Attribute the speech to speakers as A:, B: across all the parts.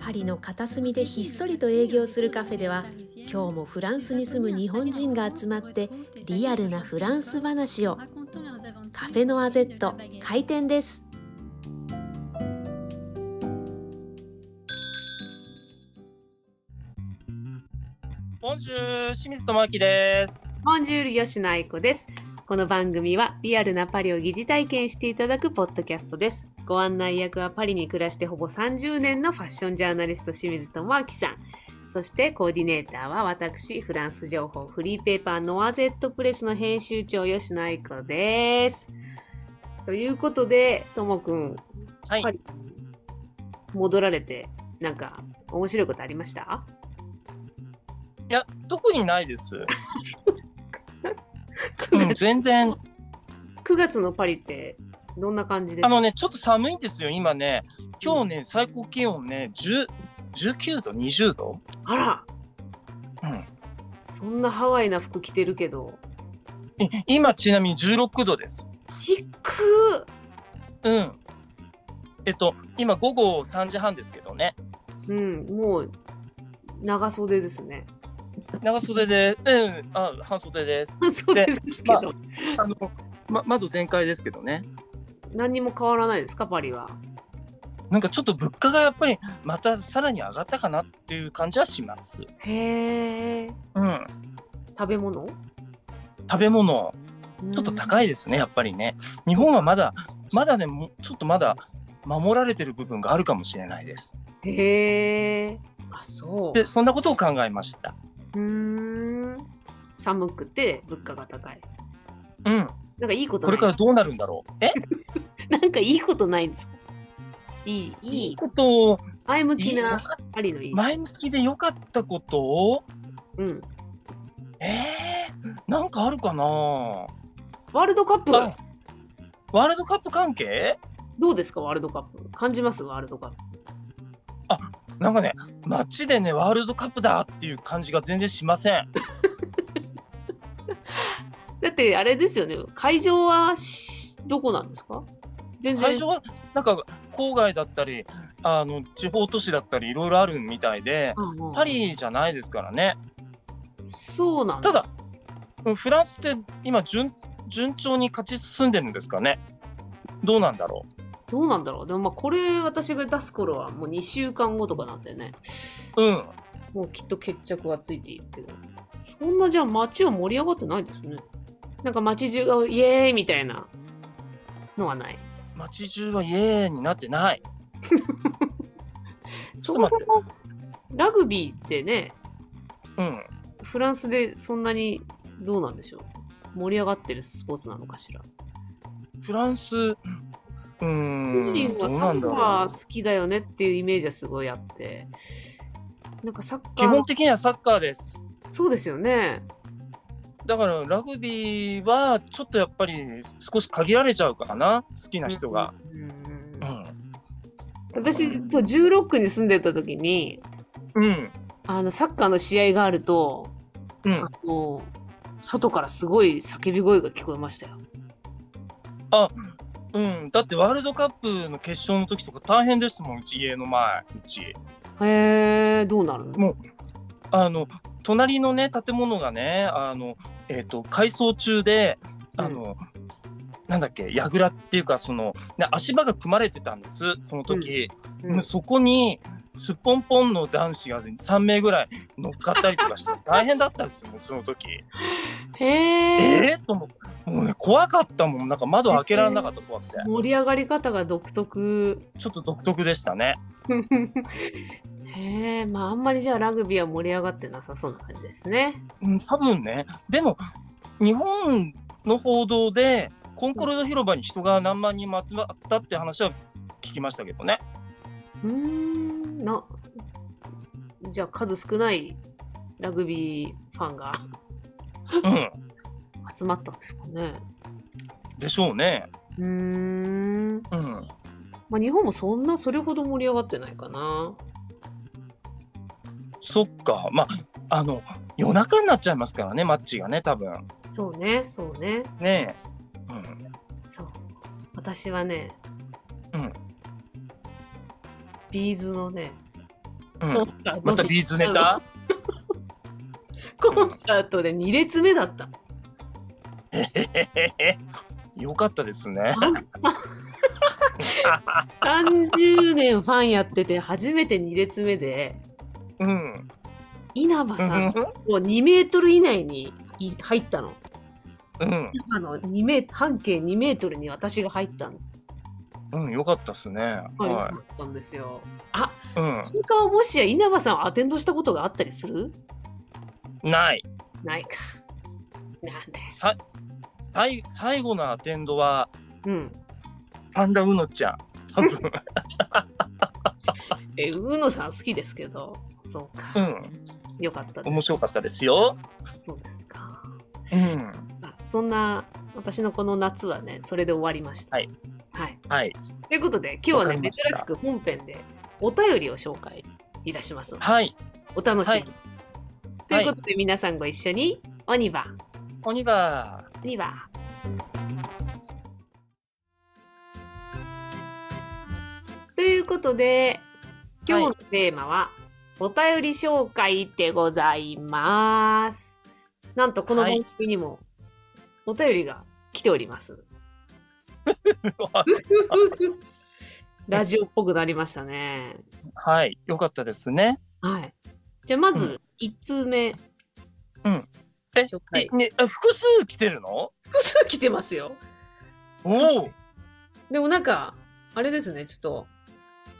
A: パリの片隅でひっそりと営業するカフェでは今日もフランスに住む日本人が集まってリアルなフランス話をカフェノアゼット開店です
B: ボンジュール清水智明です。
A: ボンジュール吉野愛子ですこの番組はリアルなパリを疑似体験していただくポッドキャストですご案内役はパリに暮らしてほぼ30年のファッションジャーナリスト清水智明さんそしてコーディネーターは私フランス情報フリーペーパーノアゼットプレスの編集長吉野愛子ですということでともくん
B: はい。
A: パリ戻られてなんか面白いことありました
B: いや、特にない です。うん、全然。
A: 9月のパリってどんな感じです
B: あ
A: か
B: のね、ちょっと寒いんですよ、今ね。今日ね、最高気温ね、10 19度、20度。
A: あら、
B: うん
A: そんなハワイな服着てるけど
B: い今、ちなみに16度です。
A: 低っ
B: うん。えっと、今、午後3時半ですけどね。
A: うんもう長袖です ね
B: 長袖で、うん、あ、半袖です。
A: 袖ですけど、
B: まあの、ま、窓全開ですけどね。
A: 何にも変わらないですかパリは
B: なんかちょっと物価がやっぱり、またさらに上がったかなっていう感じはします。
A: へえ
B: うん。
A: 食べ物ち
B: 食べ物。ちょ
A: ょ
B: っと高いですね、やっぱりね。日本はまだ、まだね、もうちょっとまだ守られてる部分があるかもしれないです。
A: へえあそう
B: で、そんなことを考えました。
A: うーん寒くて物価が高い
B: うん、
A: なんかいいこと
B: こ
A: な
B: れ
A: い
B: からどうなるんだろう。え、
A: なんかいいことないんですかいいい
B: い
A: い
B: いことを、
A: 前向
B: い
A: き
B: いよ
A: な
B: かっ
A: パリのいい、
B: 前向きで良かったことを。
A: うん、
B: えー、なんかあるかな。あ
A: ワールドカップ
B: ワールドカップ関係。
A: どうですかワールドカップ感じますワールドカップ
B: なんかね、街でね、ワールドカップだっていう感じが全然しません。
A: だってあれですよね会場はしどこなんですか全然
B: 会場は、なんか郊外だったり、あの地方都市だったり、いろいろあるみたいで。
A: うんうん
B: パリじゃないですからね。
A: そうなん
B: た
A: だ
B: だ、うんフランスって今順、順調に勝ち進んでるんですかね。どうなんだろ
A: どうなんだろうでもまあこれ私が出す頃はもう2週間後とかなんだよね
B: う。うん。
A: もうきっと決着はついているけどそんなじゃあ街は盛り上がってないですねなんか街中がイエーイみたいなのはない
B: 街中はイエーイになってない。
A: そ
B: ょっ
A: も
B: と待
A: そ
B: って
A: もラグビーってね
B: うん。
A: フランスでそんなにどうなんでしょう盛り上がってるスポーツなのかしら
B: フランス、うー
A: 主
B: ん。
A: 人は
B: ど
A: サ
B: うなん
A: ッ
B: だ
A: カ
B: ろう。
A: ー好きだよねっていうイメージはすごいあってなんかサッ
B: 基
A: カー
B: 本的にはサッカーです。
A: そうですよね
B: だからラグビーはちょっとやっぱり少し限られちゃうかな、好きな人が。
A: うんうん
B: う
A: うん
B: ん。
A: 私と16区に住んでた時に
B: うん。
A: あのサッカーの試合があると
B: うん
A: あ。の外からすごい叫び声が聞こえましたよ
B: あ、うん。だってワールドカップの決勝の時とか大変ですもん、うち家の前、うち。
A: へえどうなるの
B: もあの隣のね建物がねあの、えー、と改装中であの、なんだっけ櫓っていうかその、ね、足場が組まれてたんですその時、
A: うんうん
B: そこにすっぽんぽんの男子が3名ぐらい乗っかったりと かして大変だったんですよその時。
A: へえ
B: えー、と思ってもうね怖かったもんなんか窓開けられなかった怖くて
A: 盛り上がり方が独特
B: ちょっと独特でしたね。
A: へえまああんまりじゃあラグビーは盛り上がってなさそうな感じですね
B: うん多分ねでも日本の報道でコンコルド広場に人が何万人も集まったって話は聞きましたけどね
A: うーんなじゃあ数少ないラグビーファンが
B: うん
A: 集まったんですかね。
B: でしょうね
A: うーん、
B: うん
A: まあ、日本もそんなそれほど盛り上がってないかな。
B: そっかまああの夜中になっちゃいますからねマッチがね多分
A: そうねそうね
B: ねえ
A: そう。私はね、
B: うん
A: ビーズのねコ
B: う
A: ン
B: ん、
A: サート
B: またビーズネ タ
A: コンサートで2列目だ った。
B: へへへよかったですね。
A: 30年ファンやってて初めて2列目で
B: うん。
A: 稲葉
B: う
A: さん
B: ん。
A: を2メートル以内にい入ったの。
B: うん。
A: あの2メー半径2メートルに私が入ったんです。
B: うん。よかったですね。
A: はい、だ
B: は
A: ったんですよ。
B: い。う
A: 他はもしや稲葉さんをアテンドしたことがあったりする
B: ん。ない。
A: ないか。なんで。
B: さ。さい、最後のアテンドは。
A: うん。
B: パンダウノ ちゃん。多分。
A: え、うのさん好きですけど、そうか。
B: うん。
A: よかったです。
B: 面白かったですよ。
A: そうですか。
B: うん。
A: あそんな私のこの夏はね、それで終わりました。
B: はい。
A: はい。
B: はい。
A: ということで、今日は
B: わかり
A: ね、
B: ました
A: 珍しく本編でお便りを紹介いたしますので、
B: はい。
A: お楽しみに。
B: は
A: ということで、皆さんご一緒に、オニバ、
B: オニバ
A: オニバ。ということで、今日のテーマは、お便り紹介でございます。なんと、この番組にも、お便りが来ております。
B: ー。
A: ラジオっぽくなりましたね。
B: はい。よかったですね。
A: はい。じゃあま
B: う
A: ず1通目。
B: うん。え
A: 紹介
B: え、ね、あ複数来てるの。
A: 複数 来てますよ。
B: おお。
A: でもなんか、あれですね、ちょっと、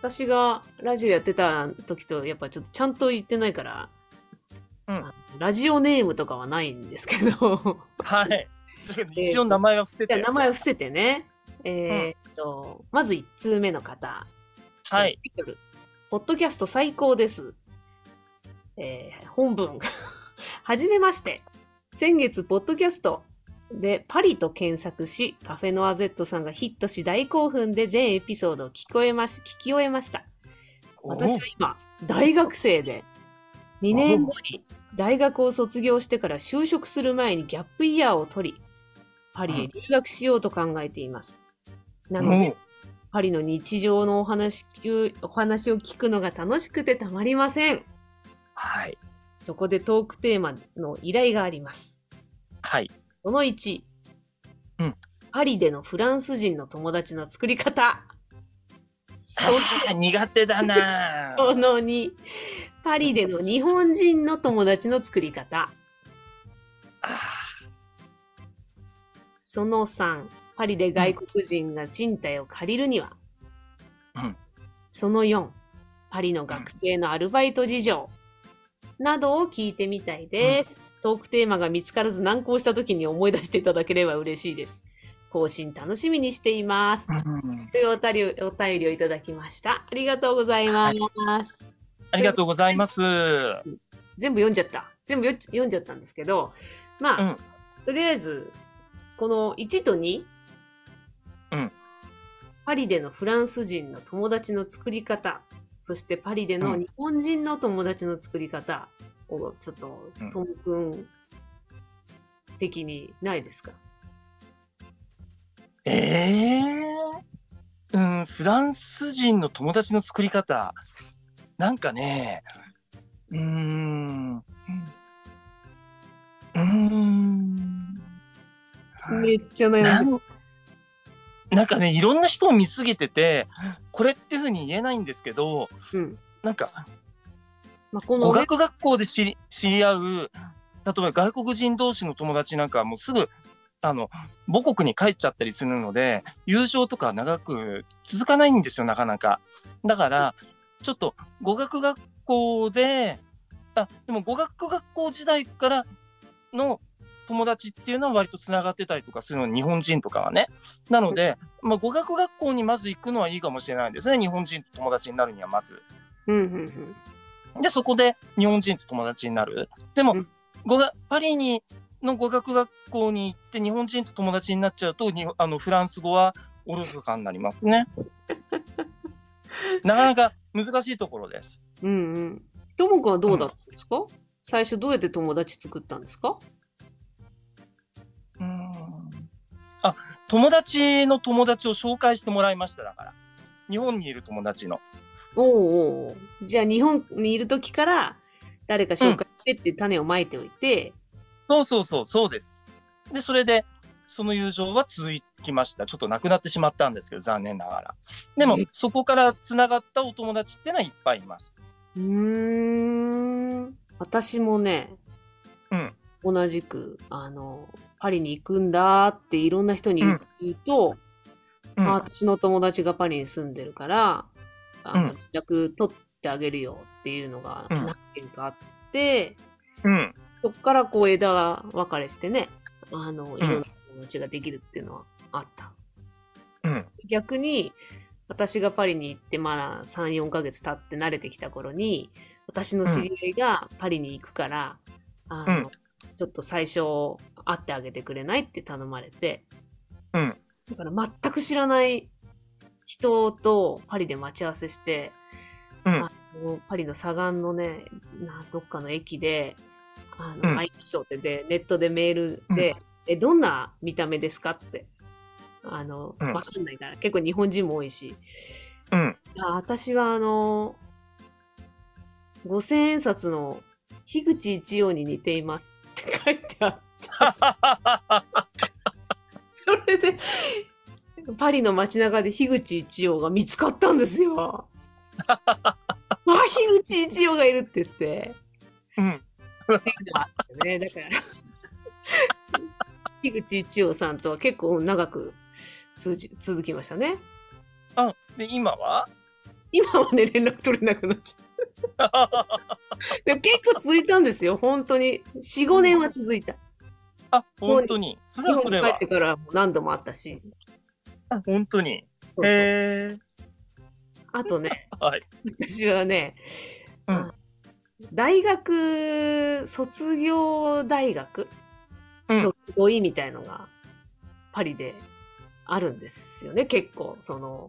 A: 私がラジオやってた時と、やっぱちょっとちゃんと言ってないから、
B: うん
A: あのラジオネームとかはないんですけど、
B: はい。一応名前は伏せ
A: じゃ
B: て。
A: あ名前を伏せてね。えーっと、まず1通目の方。
B: はい。
A: タイトル。ポッドキャスト最高です。えー本文。 はじめまして。先月、ポッドキャストでパリと検索し、カフェノアゼットさんがヒットし大興奮で全エピソードを聞こえまし聞き終えました。
B: お
A: 私は今、大学生で、2年後に大学を卒業してから就職する前にギャップイヤーを取り、パリへ留学しようと考えています。なので、
B: お
A: パリの日常のお話をお話を聞くのが楽しくてたまりません。
B: はい。
A: そこでトークテーマの依頼があります。
B: はい。
A: その1。
B: うん
A: パリでのフランス人の友達の作り方。そ
B: あー 苦手だなー。
A: その2。パリでの日本人の友達の作り方。
B: あ
A: その3。パリで外国人が賃貸を借りるには。
B: うん
A: その4。パリの学生のアルバイト事情。などを聞いてみたいです。トークテーマが見つからず難航した時に思い出していただければ嬉しいです。更新楽しみにしています。
B: ーうん
A: というお便りお便りをいただきました。ありがとうございます。
B: ありがとうございます。は
A: 全部読んじゃった。全部よ読んじゃったんですけど、まあ、
B: うん
A: とりあえず、この1と2、
B: うん
A: パリでのフランス人の友達の作り方、そしてパリでの
B: うん
A: 日本人の友達の作り方を、ちょっと
B: うん、
A: トム君的にないですか、
B: えーうん、フランス人の友達の作り方。なんかね。うーん。うーん。
A: めっちゃ悩
B: なん
A: で
B: んなんかねいろんな人を見すぎててこれっていうふうに言えないんですけど
A: る。うん
B: なんか
A: まあ、こ
B: 語
A: のね、
B: 学学校で知り知り合う例えば外国人同士の友達なんかはもうすぐあの母国に帰っちゃったりするので友情とか長く続かないんですよなかなか。だからちょっと語学学校であでも語学学校時代からの友達っていうのは割とつながってたりとかするの日本人とかはね。なので、まあ、語学学校にまず行くのはいいかもしれないですね日本人と友達になるにはまず。
A: うんうんうん
B: で、そこで日本人と友達になる。でも、
A: うん
B: 語学パリにの語学学校に行って日本人と友達になっちゃうと、にあのフランス語はおろそかになりま すね。なかなか難しいところです。
A: うんうん。ともくんはどうだったんですか、最初どうやって友達作ったんですか
B: うーんあ、友達の友達を紹介してもらいましただから。日本にいる友達の。
A: おうおうじゃあ日本にいる時から誰か紹介してって種をまいておいて、
B: そうそうそう、そうです。で、それで、その友情は続きました。ちょっとなくなってしまったんですけど、残念ながら。でも
A: うん、
B: そこからつながったお友達ってのはいっぱいいます。
A: うーん私もね、
B: うん
A: 同じくあのパリに行くんだっていろんな人に言うと、
B: うん
A: あ私の友達がパリに住んでるからあの
B: うん
A: 連絡取ってあげるよっていうのが
B: うん
A: 何件かあって、
B: うん。
A: そこからこう枝が分かれしてねあのいろん
B: うん
A: な友達ができるっていうのはあった。
B: うん。
A: 逆に私がパリに行ってまあ34ヶ月経って慣れてきた頃に私の知り合いがパリに行くから、あの
B: うん
A: ちょっと最初会ってあげてくれないって頼まれて、
B: うん
A: だから全く知らない人とパリで待ち合わせして、
B: うん
A: あのパリの左岸のねなどっかの駅であの、
B: うん
A: 会いましょうってでネットでメールで、えどんな見た目ですかってあの、
B: うん
A: わかんないから結構日本人も多いし
B: うん。
A: あ私はあの五千円札の樋口一葉に似ていますって書いてあってそれでパリの街中で樋口一葉が見つかったんですよ。あ樋口一葉がいるって言って。
B: うん。
A: ね、だから樋口一葉さんとは結構長く通じ続きましたね
B: あ、で、今は
A: 今はね連絡取れなくなっちゃうでも結構続いたんですよ本当に45年は続いた
B: あ、本当に。それ
A: 日
B: は
A: 本
B: そ
A: に
B: れ
A: 帰っ
B: は
A: て。からも何度もあったし
B: あ本当に。
A: そうそう
B: へえ。
A: あとね
B: はい。
A: 私はね、
B: うん
A: あ大学卒業大学
B: うん
A: の集いみたいのがパリであるんですよね結構その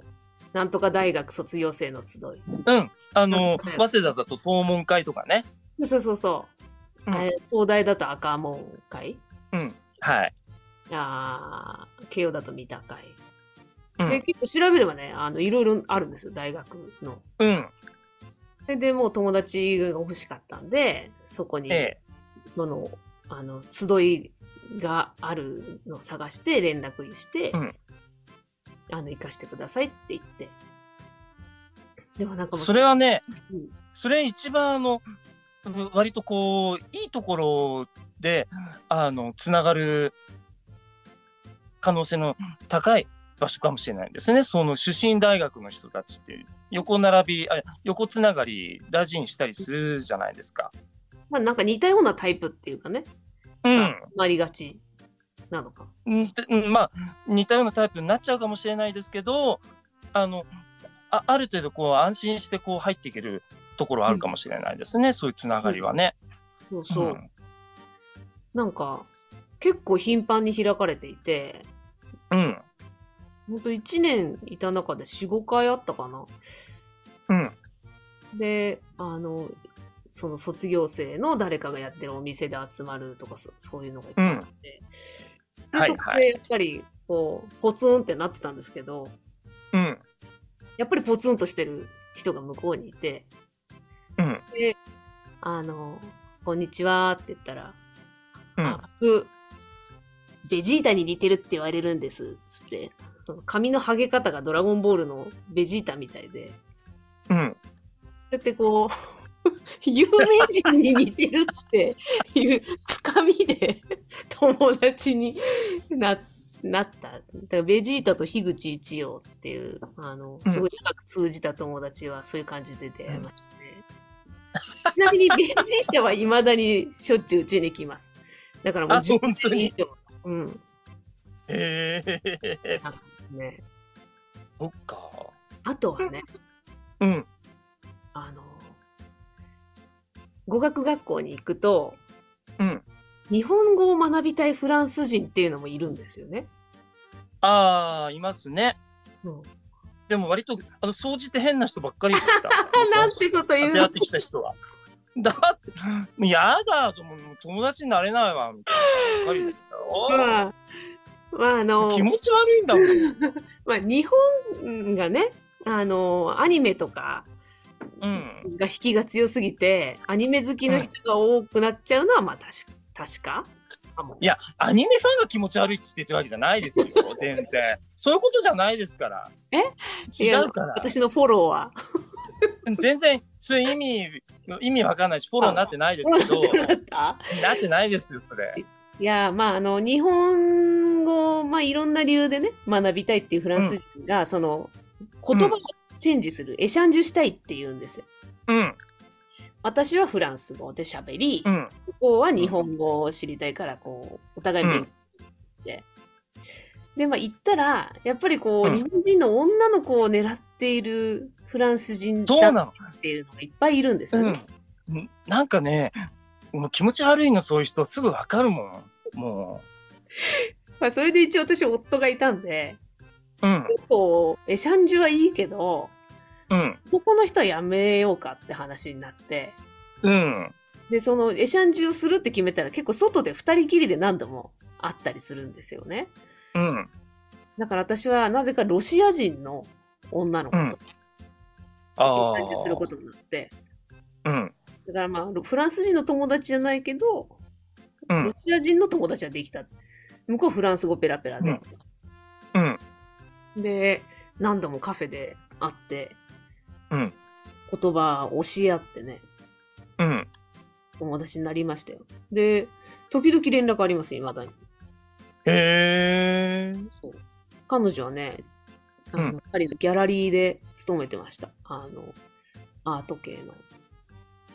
A: なんとか大学卒業生の集
B: うん。あの、
A: うん
B: 早稲田だと訪問会とかね。
A: いそうそうそう、
B: うん
A: えー東大だと赤門会
B: はい。
A: あー慶応だと三鷹会、
B: う
A: で
B: ん。
A: 結構調べればねあのいろいろあるんですよ大学の。
B: うん。
A: それでもう友達が欲しかったんでそこに
B: ええ。
A: その、あの、集いがあるのを探して連絡して、
B: うん
A: あの、行かしてくださいって言って。でもなんかもう
B: それはね
A: うん、
B: それ一番あの、うん割とこう、いいところで、あの、つながる可能性の高い場所かもしれないですね。その出身大学の人たちって、横並び、あ横つながり大事にしたりするじゃないですか。
A: まあなんか似たようなタイプっていうかね、
B: うん。
A: なりがちなのか。
B: うんでうんまあ似たようなタイプになっちゃうかもしれないですけどあのあある程度こう安心してこう入っていけるところはあるかもしれないですね、そういうつながりはね。
A: そうそう。
B: ん
A: なんか、結構頻繁に開かれていて、
B: うん
A: ほんと1年いた中で4、5回あったかな。
B: うん
A: で、あの、その卒業生の誰かがやってるお店で集まるとかそそういうのがいっぱいあって、で
B: はい
A: そこでやっぱりこうポツンってなってたんですけど
B: うん
A: やっぱりポツンとしてる人が向こうにいて
B: うん
A: 「あのこんにちは」って言ったら「
B: うん
A: あ僕ベジータに似てるって言われるんです」つってその髪の剥げ方が「ドラゴンボール」のベジータみたいで
B: う
A: そ
B: ん
A: うやってこう、 有名人に似てるっていうつかみで友達にななった。だからベジータと樋口一葉っていう、あの、
B: うん
A: すごい長く通じた友達はそういう感じで出会いまして。ちなみにベジータはいまだにしょっちゅううちに来ます。だからもう
B: あ
A: 10
B: 本当
A: 年以
B: に
A: 上。うん。
B: へえ
A: なんかですね。
B: そっか
A: あとはね、
B: うん
A: あの、語学学校に行くと、
B: うん
A: 日本語を学びたいフランス人っていうのもいるんですよね。
B: あーいますね
A: そう。
B: でも割とあの掃除って変な人ばっかりで した
A: なんてこと言う
B: 出会
A: の
B: ってきた人はだってもうやだともう友達になれないわみたいなばっかりでしたよ
A: まあ、まああの
B: 気、持ち悪いんだもん。
A: まあ日本がね、あの、アニメとか、
B: うん
A: が引きが強すぎてアニメ好きの人が多くなっちゃうのはまあ確か確かかも
B: いや、アニメファンが気持ち悪いって言ってるわけじゃないですよ、全然。そういうことじゃないですから。
A: え
B: 違うから。
A: 私のフォローは
B: 全然、そういう意味、意味わかんないし、フォローになってな いですけど、
A: なかった
B: なってないですよ、それ。
A: いやまああの日本語をまあいろんな理由でね学びたいっていうフランス人が、その言葉をチェンジする、エシャンジュしたいって言うんですよ。
B: うん、
A: 私はフランス語で喋り、
B: うん。
A: 向こうは日本語を知りたいからこうお互い勉強して、でまあ行ったらやっぱりこう、
B: うん
A: 日本人の女の子を狙っているフランス人
B: そうな
A: だ
B: の。
A: っていうのがいっぱいいるんですよね。
B: うん。なんかね、もう気持ち悪いの、そういう人、すぐわかるもん。も
A: まあ、それで一応私夫がいたんで
B: う。うん、
A: 結構エシャンジュはいいけど
B: うん、
A: 男の人はやめようかって話になって
B: うん。
A: でそのエシャンジュをするって決めたら結構外で2人きりで何度も会ったりするんですよね
B: うん、
A: だから私はなぜかロシア人の女の子
B: うん
A: と
B: あ
A: エ
B: あ
A: シャンジュすることになって
B: うん、
A: だからまあフランス人の友達じゃないけど
B: う
A: ロ
B: ん、
A: シア人の友達はできた向こうフランス語ペラペラで、
B: うん、
A: で何度もカフェで会って
B: うん、
A: 言葉を教え合ってね
B: うん。
A: 友達になりましたよで時々連絡ありますいまだに。
B: へえ。
A: 彼女はね、あの
B: う
A: パリのギャラリーで勤めてました。あの、アート系の。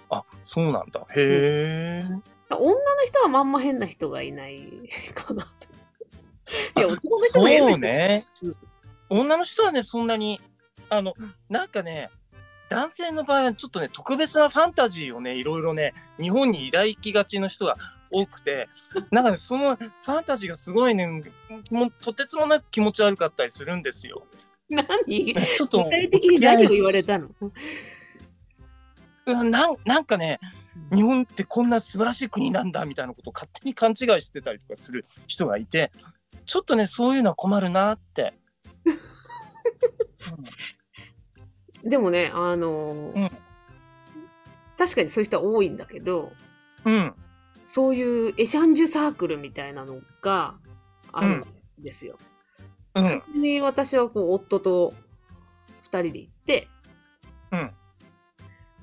B: あ、そうなんだ。へえ。
A: 女の人はまんま変な人がいない かなと。いや、男の人
B: そ
A: も変な人
B: うね。女の人はね、そんなに、あの、なんかね、男性の場合はちょっとね、特別なファンタジーをね、いろいろね、日本に抱きがちの人が多くて、なんかね、そのファンタジーがすごいね、もうとてつもなく気持ち悪かったりするんですよ。
A: 何具
B: ちょっと、
A: 体的に何を言われたの
B: うんなんなんかね、日本ってこんな素晴らしい国なんだみたいなことを勝手に勘違いしてたりとかする人がいて、ちょっとね、そういうのは困る なって。
A: でもね、あの、
B: うん
A: 確かにそういう人は多いんだけど、
B: うん、うん
A: そういうエシャンジュサークルみたいなのがあるんですよ。
B: うん、
A: に私はこう夫と2人で行って、
B: うん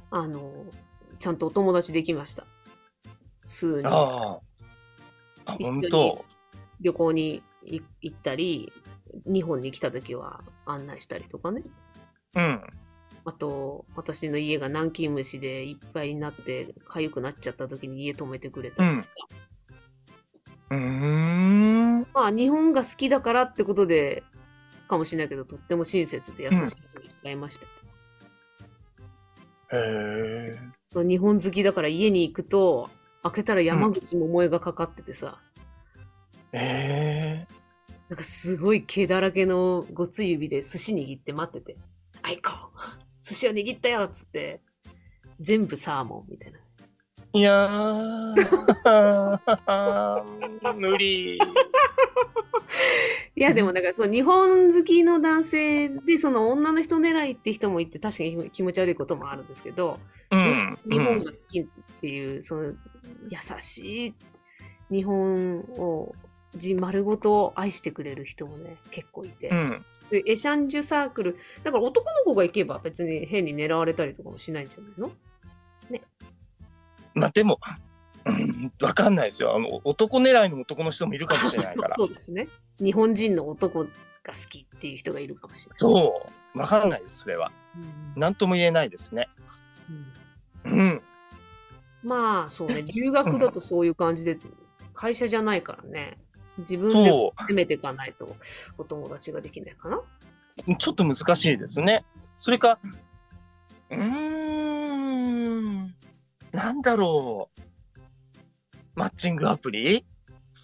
A: あのちゃんとお友達できました数人
B: ああ。あ、
A: 一緒
B: 本
A: に
B: 当。
A: 旅行にい行ったり日本に来た時は案内したりとかね
B: うん。
A: あと私の家が南京虫でいっぱいになって痒くなっちゃった時に家泊めてくれた
B: う
A: り、
B: ん。うーん。う
A: まあ日本が好きだからってことでかもしれないけどとっても親切で優しい人がいっぱいいました、
B: へえ。
A: 日本好きだから家に行くと開けたら山口百恵がかかっててさ、
B: ええ。
A: なんかすごい毛だらけのごつい指で寿司握って待ってて「あいこう寿司を握ったよ」っつって全部サーモンみたいない
B: や ー。無理。
A: いやでもなんかその日本好きの男性でその女の人狙いって人もいて確かに気持ち悪いこともあるんですけど、
B: うん。
A: 日
B: う
A: 本
B: ん
A: が好きっていうその優しい日本をじ丸ごと愛してくれる人もね結構いて。
B: うん。
A: そういうエシャンジュサークル。だから男の子が行けば別に変に狙われたりとかもしないんじゃないの
B: まあ、でも。うんわかんないですよ。あの男狙いの男の人もいるかもしれないから。
A: そうそうですね。日本人の男が好きっていう人がいるかもしれない。
B: そう。わかんないです。それは。
A: うん
B: なんとも言えないですね。
A: うん
B: うん。
A: まあそうね、留学だとそういう感じで、会社じゃないからね。自分で
B: そう
A: 攻めていかないとお友達ができないかな。
B: ちょっと難しいですね。それか、うーん、なんだろう。マッチングアプリ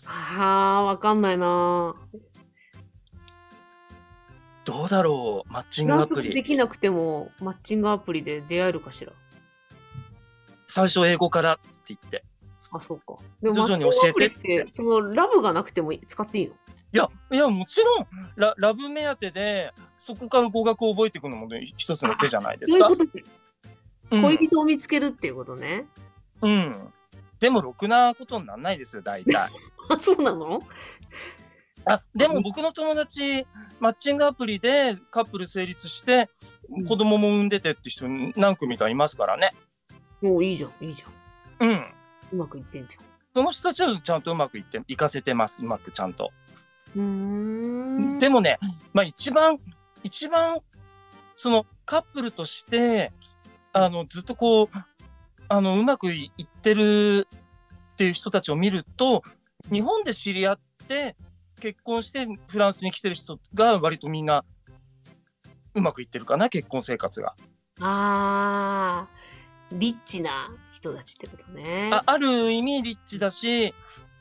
A: ああ、わかんないな。
B: どうだろう。マッチン
A: フ
B: グ
A: ラン
B: ア
A: ス
B: プ
A: で
B: リ。
A: きなくてもマッチングアプリで出会えるかしら。
B: 最初英語からって言って。
A: あ、そうか。で
B: 徐々に
A: マ
B: 教えて
A: ッチングアプリって、そのラブがなくても使っていいの
B: いや、いや、もちろんラ、ラブ目当てで、そこから語学を覚えていくのもね一つの手じゃないで
A: ど
B: す
A: ういう
B: か
A: こ。と
B: うん
A: 恋人を見つけるっていうことね。
B: うん。でもろくなことにならないですよ大体。
A: あ、そうなの
B: あでも僕の友達マッチングアプリでカップル成立して子供も産んでてって人何組かいますからね。
A: もういいじゃん、いいじゃん。
B: うん。
A: うまくいってんじゃん。
B: その人たちはちゃんとうまくいっていかせてますうまくちゃんと。
A: うーん。
B: でもね、まあ、一番一番そのカップルとしてあのずっとこうあのうまくいいってるっていう人たちを見ると日本で知り合って結婚してフランスに来てる人が割とみんなうまくいってるかな結婚生活が。
A: あー、リッチな人たちってことね。
B: あある意味リッチだし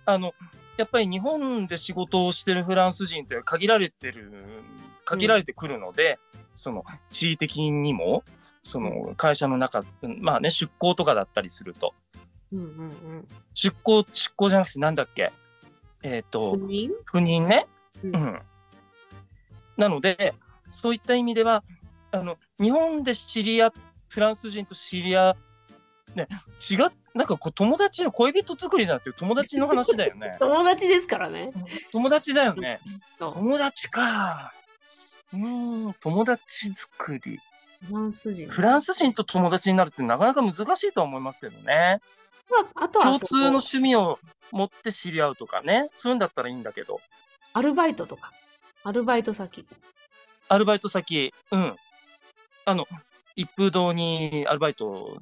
B: あのやっぱり日本で仕事をしてるフランス人って限られてる限られてくるので、その地位的にもその会社の中まあね出向とかだったりすると
A: うんうん
B: 出向出向じゃなくてなんだっけえっ、
A: うん。
B: と
A: 不妊
B: 不妊ね、
A: うん
B: うん、なのでそういった意味ではあの日本で知り合っフランス人と知り合ね違っなんかこう友達の恋人作りじゃなくて友達の話だよね
A: 友達ですからね。
B: 友達だよね
A: そう。
B: 友達かうーん友達作り
A: フランス人。
B: フランス人と友達になるってなかなか難しいとは思いますけどね
A: まあ、あとは
B: 共
A: そ
B: 通の趣味を持って知り合うとかねそういうんだったらいいんだけど
A: アルバイトとか。アルバイト先。
B: アルバイト先、うん。あの、一風堂にアルバイト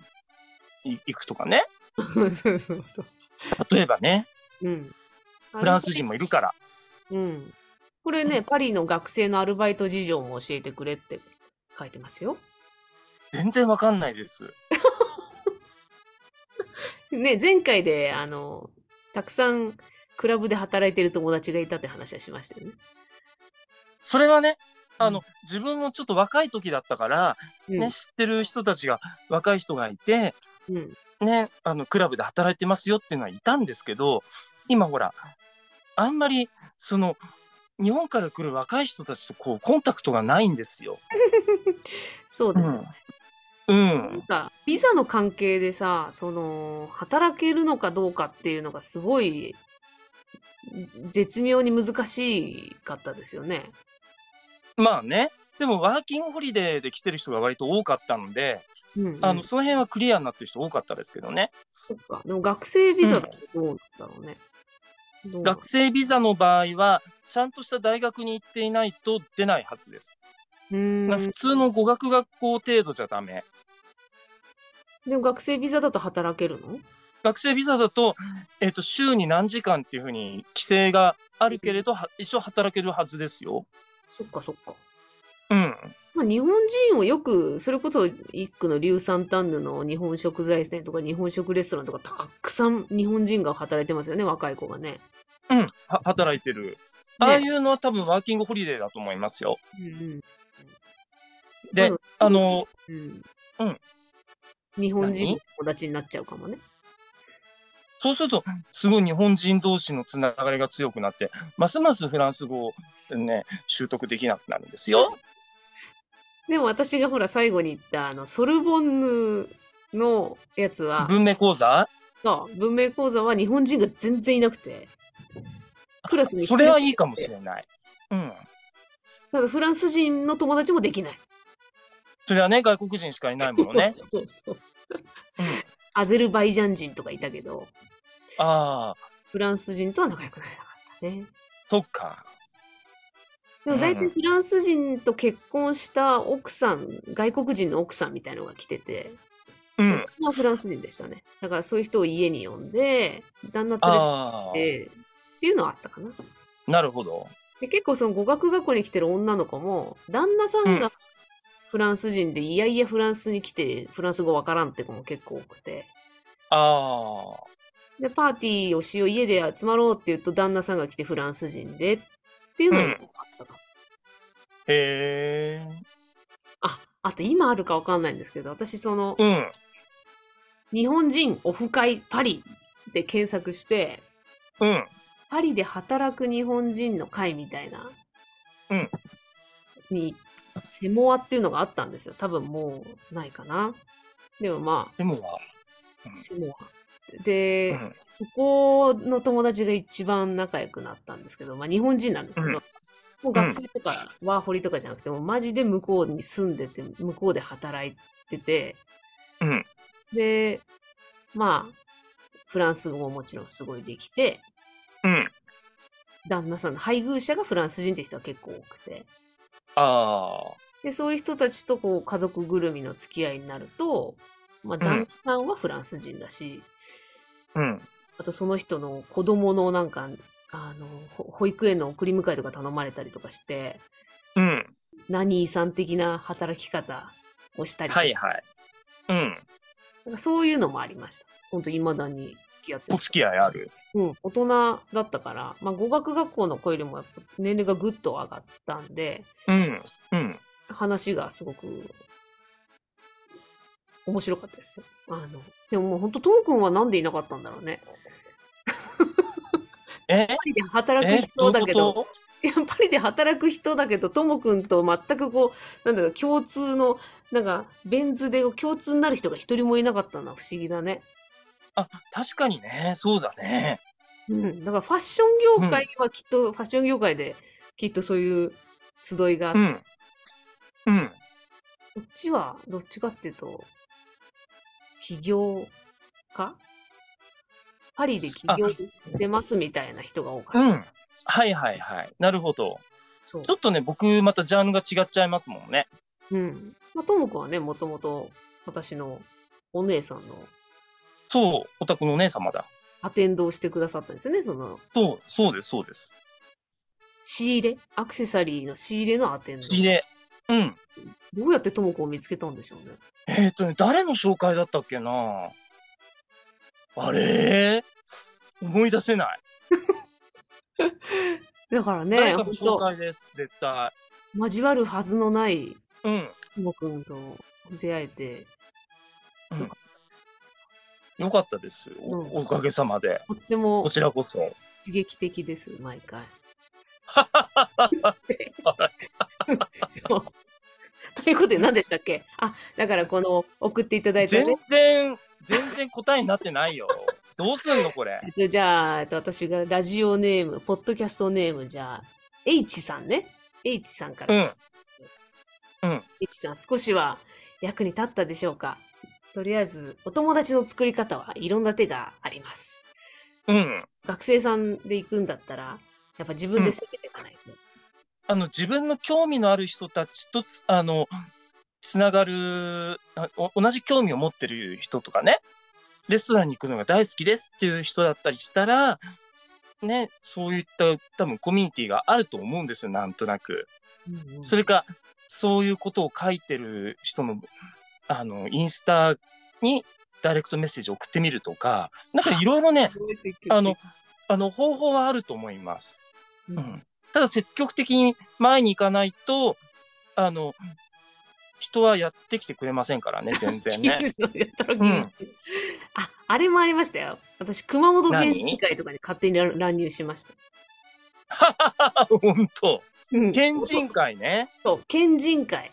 B: い行くとかね。
A: そうそうそう。
B: 例えばね、
A: うん。
B: フランス人もいるから。
A: うん。これね、パリの学生のアルバイト事情も教えてくれって書いてますよ。
B: 全然わかんないです。
A: ね、前回で、あの、たくさんクラブで働いてる友達がいたって話はしましたよね。
B: それはね、あの、
A: うん
B: 自分もちょっと若い時だったから、
A: うん
B: ね、知ってる人たちが、若い人がいて、
A: うん。
B: ね、あの、クラブで働いてますよっていうのはいたんですけど、今ほら、あんまり、その、日本から来る若い人たちとこう、コンタクトがないんですよ。
A: そうですよね。
B: うん。う
A: なん
B: ん。
A: か、ビザの関係でさ、その、働けるのかどうかっていうのがすごい、絶妙に難しかったですよね。
B: まあね、でもワーキングホリデーで来てる人が割と多かったので、
A: うん、うん
B: あのその辺はクリアになってる人多かったですけどね、
A: そっか。でも学生ビザだとどうなんだろうね。どう
B: 学生ビザの場合は、ちゃんとした大学に行っていないと出ないはずです。
A: うーん
B: 普通の語学学校程度じゃダメ。
A: でも学生ビザだと働けるの
B: 学生ビザだと、えっと週に何時間っていうふうに規制があるけれど、は一生働けるはずですよ。
A: そっかそっか。
B: うん。
A: まあ、日本人をよく、それこそ一区のリュウ・サンタンヌの日本食材店とか日本食レストランとかたくさん日本人が働いてますよね、若い子がね。
B: うん。は働いてる。ああいうのは多分ワーキングホリデーだと思いますよ。
A: うん
B: で、
A: ま
B: あの、
A: うん
B: うん
A: 日本人
B: 何
A: の友達になっちゃうかもね。
B: そうすると、すごい日本人同士のつながりが強くなって、ますますフランス語を、ね、習得できなくなるんですよ。
A: でも私がほら最後に言ったあのソルボンヌのやつは
B: 文明講座
A: そう文明講座は日本人が全然いなくてクラスに一人
B: それはいいかもしれない。うん。
A: ただフランス人の友達もできない。
B: それはね、外国人しかいないものね。
A: そうそう
B: うん、
A: アゼルバイジャン人とかいたけど
B: ああ、
A: フランス人とは仲良くなれなかったね。
B: そっか。
A: でも大
B: うんう
A: 体
B: ん
A: フランス人と結婚した奥さん外国人の奥さんみたいのが来てて。
B: うん。
A: まあフランス人でしたね。だからそういう人を家に呼んで、旦那連れ
B: あ
A: てって、っていうのはあったかな。
B: あ、なるほど。
A: で結構その語学学校に来てる女の子も、旦那さん
B: う
A: がフランス人で、いやいやフランスに来て、フランス語わからんって子も結構多くて。
B: ああ、
A: で、パーティーをしよう、家で集まろうって言うと、旦那さんが来てフランス人で、っていうのもあったかも。
B: へえ。
A: あ、あと今あるかわかんないんですけど、私その、
B: うん。
A: 日本人オフ会パリで検索して、
B: うん。
A: パリで働く日本人の会みたいな、
B: うん
A: にセモアっていうのがあったんですよ多分もうないかなでもま
B: でも
A: あ、
B: は、うん
A: セモア。
B: う
A: で、
B: ん、
A: そこの友達が一番仲良くなったんですけど、まあ日本人なんですけど、
B: うん
A: もう学生とかワーホリとかじゃなくて、もうマジで向こうに住んでて、向こうで働いてて、
B: うん
A: で、まあ、フランス語ももちろんすごいできて、
B: うん、
A: 旦那さんの配偶者がフランス人って人は結構多くて、
B: ああ、
A: で、そういう人たちとこう家族ぐるみの付き合いになると、まあ、
B: ん
A: 旦那さんはフランス人だし、
B: うん、
A: あとその人の子供のなんか、あの、ほ保育園の送り迎えとか頼まれたりとかして、
B: うん、
A: ナニーさん的な働き方をしたりとか、
B: はいはい、うん、
A: なんかそういうのもありました。本当いまだに付き合って
B: お
A: る。
B: 付き合いある。
A: うん、大人だったから、まあ、語学学校の子よりもやっぱ年齢がぐっと上がったんで、
B: うん、うん、
A: 話がすごく面白かったですよ。あの、でももう本当、トー君はなんでいなかったんだろうね。
B: え、
A: パリで働
B: え
A: く、人だ
B: うい
A: け
B: う
A: ど、
B: こ
A: やっぱりで働く人だけど、ともくんと全くこう、なんだか共通の、なんか、ベン図で共通になる人が一人もいなかったのは不思議だね。
B: とあ、確かにね、そうだね。
A: うん。だからファッション業界はきっと、ファッション業界できっとそういう集いがあっ
B: う
A: て、
B: ん、うん、
A: こっちはどっちかっていうと、起業家パリで起業してますみたいな人が多か
B: う
A: った。
B: ん、はいはいはい、なるほど。
A: そう
B: ちょっとね、僕、またジャンルが違っちゃいますもんね。
A: うん。まあ、ともくんはね、もともと私のお姉さんの
B: そう、お宅のお姉様だ。
A: アテンドをしてくださったんですよね。その、
B: そう、そうです、そうです。
A: 仕入れアクセサリーの仕入れのアテンド。
B: 仕入れ。うん。
A: どうやってともくんを見つけたんでしょうね。
B: えっ、とね、誰の紹介だったっけなあれ思い出せない。
A: だからね、
B: 誰かの
A: 本
B: 紹
A: 当
B: 介です、絶対。
A: 交わるはずのない
B: うん。
A: ともくんと出会えて、
B: よかったです。お,、
A: うん
B: おかげさまで。
A: とっても
B: こちらこそ。
A: 刺激的です、毎回。そう。ということで何でしたっけあ、だからこの送っていただいた
B: 全
A: ね。
B: 然、全然答えになってないよ。どうすんの、これ。
A: じゃあ、えっと私がラジオネーム、ポッドキャストネーム、じゃあ、H さんね。H さんか
B: う
A: ら。
B: ん。うん。
A: H さん、少しは役に立ったでしょうかとりあえず、お友達の作り方はいろんな手があります。
B: うん。
A: 学生さんで行くんだったら、やっぱ自分で攻めていかないと。
B: あの自分の興味のある人たちとつあのつながるあお同じ興味を持ってる人とかねレストランに行くのが大好きですっていう人だったりしたらねそういった多分コミュニティがあると思うんですよなんとなく。
A: うんうん
B: それかそういうことを書いてる人のあのインスタにダイレクトメッセージ送ってみるとかなんかいろいろねあの、あの方法はあると思います。
A: うん
B: うんただ積極的に前に行かないと、あの、人はやってきてくれませんか らね、全然ね。うん
A: あ、あれもありましたよ。私、熊本県議会とかに勝手に乱乱入しました。
B: 本当。
A: うん
B: 県人会ね。
A: そう、県人会。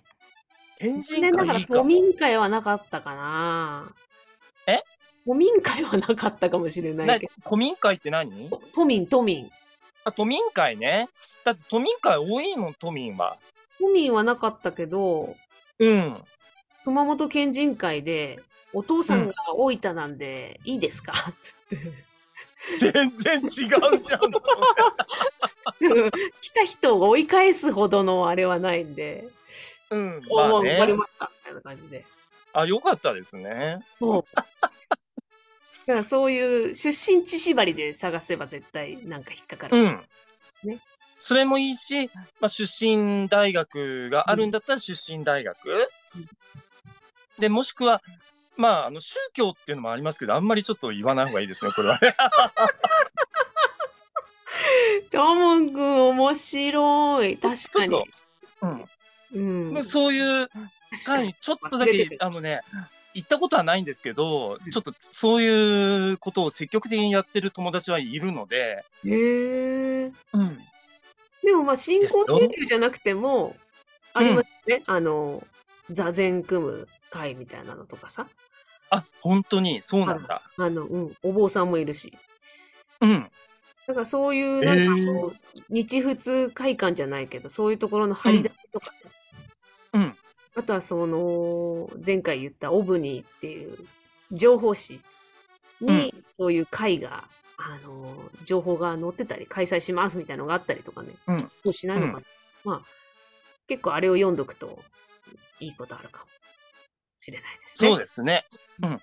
A: 残
B: 県人
A: 念なが
B: 会
A: ら
B: いいか
A: 都
B: も。
A: 民会はなかったかな。
B: え
A: 都民会はなかったかもしれな
B: ない
A: けど。
B: 古民会って何
A: と都民、都民。
B: あ、都民会ね。だって都民会多いもん、都民は。
A: 都民はなかったけど、
B: うん。
A: 熊本県人会で、お父さん
B: う
A: が大分なんで、いいですかつって。
B: 全然違うじゃん。
A: 来た人を追い返すほどのあれはないんで、
B: うん。ま
A: も
B: あ
A: う終わり
B: ね。
A: ましたみたいな感じで。
B: あ、よかったですね。
A: そう。 だからそういう出身地縛りで探せば絶対なんか引っかかる。
B: うん。
A: ね
B: それもいいし、まあ、出身大学があるんだったら出身大学、でもしくは、まあ、あの宗教っていうのもありますけどあんまりちょっと言わない方がいいですねこれはね。
A: ともんくん面白い。確
B: ちょ
A: か
B: っ
A: に
B: と。、
A: う
B: う
A: ん
B: ん、そういう
A: 確か
B: 会
A: に。
B: にちょっとだけあのね行ったことはないんですけどちょっとそういうことを積極的にやってる友達はいるので、
A: へえ。でもまあ、新興
B: ですよ
A: 研究じゃなくても、ありますね。あの、座禅組む会みたいなのとかさ、
B: あ、本当にそうなんだ。
A: あの、うん、お坊さんもいるし。
B: うん。
A: だからそういう、なんかあ
B: えー
A: の、日仏会館じゃないけど、そういうところの張り出しとか、
B: うん。
A: あとはその、前回言ったオブニーっていう情報誌に、そういう会が、あの、情報が載ってたり、開催しますみたいなのがあったりとかね。
B: うん
A: もうしないのかな。まあ、結構あれを読んどくと、いいことあるかもしれないですね。
B: そうですね。うん。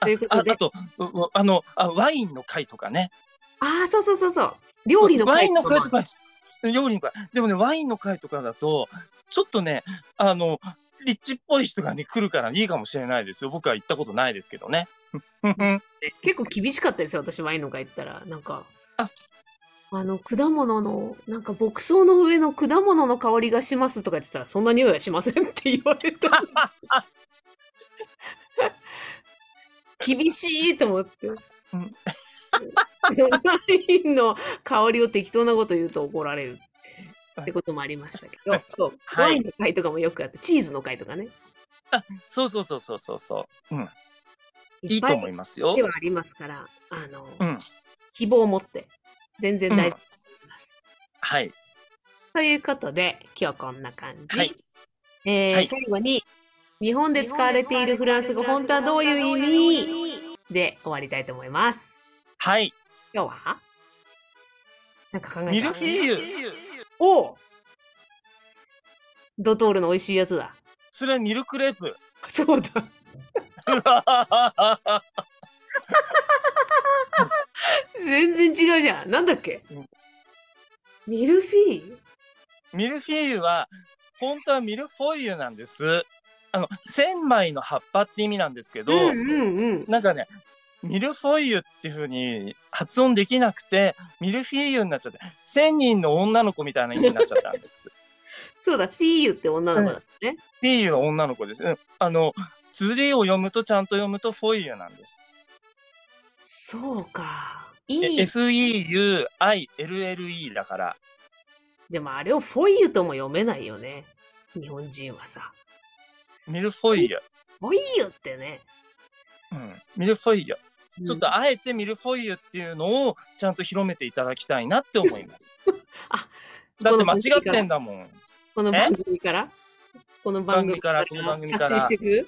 B: あ
A: ということで
B: ああと、ううあのあ、ワインの会とかね。
A: ああ、そうそうそうそう。料理の
B: ワ
A: 会
B: インの会
A: も
B: とか、料理の会。でもね、ワインの会とかだと、ちょっとね、あの、リッチっぽい人がね、来るからいいかもしれないですよ。僕は行ったことないですけどね。
A: ね結構厳しかったですよ、私、ワインの会行ったら。なんか、
B: あ
A: あの、果物の、なんか牧草の上の果物の香りがしますとか言ってたら、そんな匂いはしませんって言われた。厳しいと思って。
B: ん
A: ワインの香りを適当なこと言うと怒られるってこともありましたけど、そう、
B: はい
A: ワインの会とかもよくあって、チーズの会とかね、
B: そうそうそうそうそうそう。うん。
A: い
B: い
A: っ
B: い
A: ぱ
B: と
A: い
B: 思いますよ
A: 手。はありますから、あの、
B: うん。
A: 希望を持って、全然大丈夫だと思います。
B: はい。
A: ということで、今日こんな感じ。
B: はい
A: えー
B: はい
A: 最後に、日本で使われているフランス語、本当はどういう意味で終わりたいと思います。
B: はい。
A: 今日はなんか考え
B: ミ
A: た
B: ルフィーユ。
A: おうドトールの美味しいやつだ。
B: それはミルクレープ。
A: そうだ。全然違うじゃん。なんだっけ
B: うん
A: ミルフィーユ
B: ミルフィーユは本当はミルフォイユなんです。あの千枚の葉っぱって意味なんですけど、
A: うんうんうん。
B: なんかねミルフォイユっていう風に発音できなくてミルフィーユになっちゃって千人の女の子みたいな意味になっちゃっ たんです。
A: そうだ、フィーユって女の子だったね。
B: フィーユは女の子です。うんあの釣を読むとちゃんと読むとフォイユなんです。
A: そうか。いい。
B: F E U I L L E だから
A: でもあれをフォイユとも読めないよね。日本人はさ。
B: ミルフォイユ。
A: フォイユってね。
B: うん、ミルフォイユ。ちょっ
A: うん
B: とあえてミルフォイユっていうのをちゃんと広めていただきたいなって思い ます。
A: あ
B: だって間違ってんだもん。
A: この番組からこの番組から
B: この番組から
A: 発信していく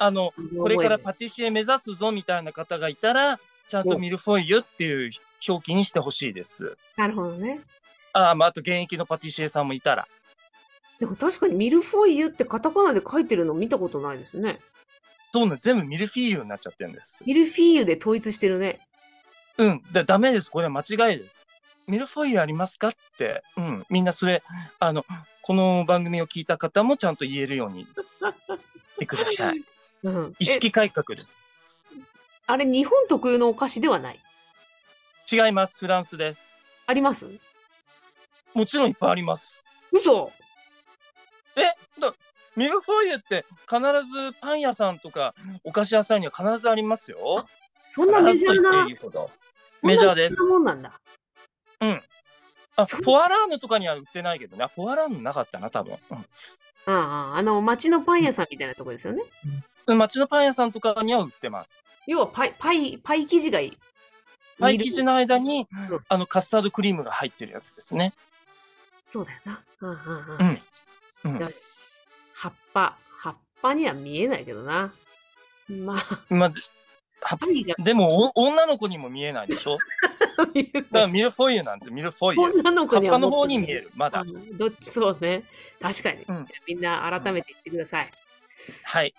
B: あの、これから
A: パ
B: パティシエ目指すぞみたいな方がいたら、ちゃんとミルフォイユっていう表記にしてほしいです。
A: なるほどね。
B: あー、まあ、あと現役のパティシエさんもいたら。
A: でも確かにミルフォイユってカタカナで書いてるの見たことないですね。
B: そうなの全部ミルフィーユになっちゃってるんです。
A: ミルフィーユで統一してるね。
B: うん、だダメです。これは間違いです。ミルフォイユありますかって、うん、みんなそれ、あの、この番組を聞いた方もちゃんと言えるようにしてください。
A: うん。
B: 意
A: え、
B: 識改革です。
A: あれ日本特有のお菓子ではない。
B: 違います。フランスです。
A: あります
B: もちろんいっぱいあります。
A: 嘘
B: えだミルフォイユって必ずパン屋さんとかお菓子屋さんには必ずありますよ。
A: そんなメジャー
B: 必ずと言っ
A: な
B: ていいほど。
A: そんな
B: メジャーです
A: そんなもんなんだ。
B: あ、
A: そ
B: フ
A: う
B: ォアラーヌとかには売ってないけどね。フォアラーヌなかったな、多分。
A: うんうん。あの、町のパン屋さんみたいなとこですよね。
B: うん。町のパン屋さんとかには売ってます。
A: 要はパイ、パイ、パイ生地がいい。
B: パイ生地の間に
A: ん、
B: あの、カスタードクリームが入ってるやつですね。
A: そうだよな。うん
B: う
A: うん
B: ん。う
A: うん。
B: ん
A: よし。葉っぱ。葉っぱには見えないけどな。ま あ、
B: まあ、
A: パイが
B: でもお女の子にも見えないでしょ
A: 見え
B: だか
A: な
B: ら
A: い。
B: ミルフォイユなんですよ、ミルフォイユ。
A: 女の子
B: 葉っ
A: に
B: ぱ
A: は
B: の
A: も
B: 方
A: っと
B: に見える、まだ。
A: うんどっちそうね。確かに。
B: うん
A: じゃあみんな改めて言ってください。
B: はい。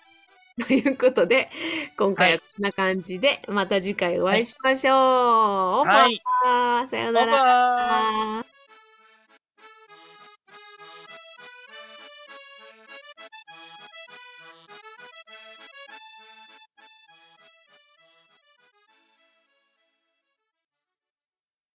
A: ということで、今回はい
B: は
A: こんな感じで、また次回お会いしましょう。
B: はい。
A: オーバーさよう
B: バ
A: な
B: イ
A: ら。
B: バーイ。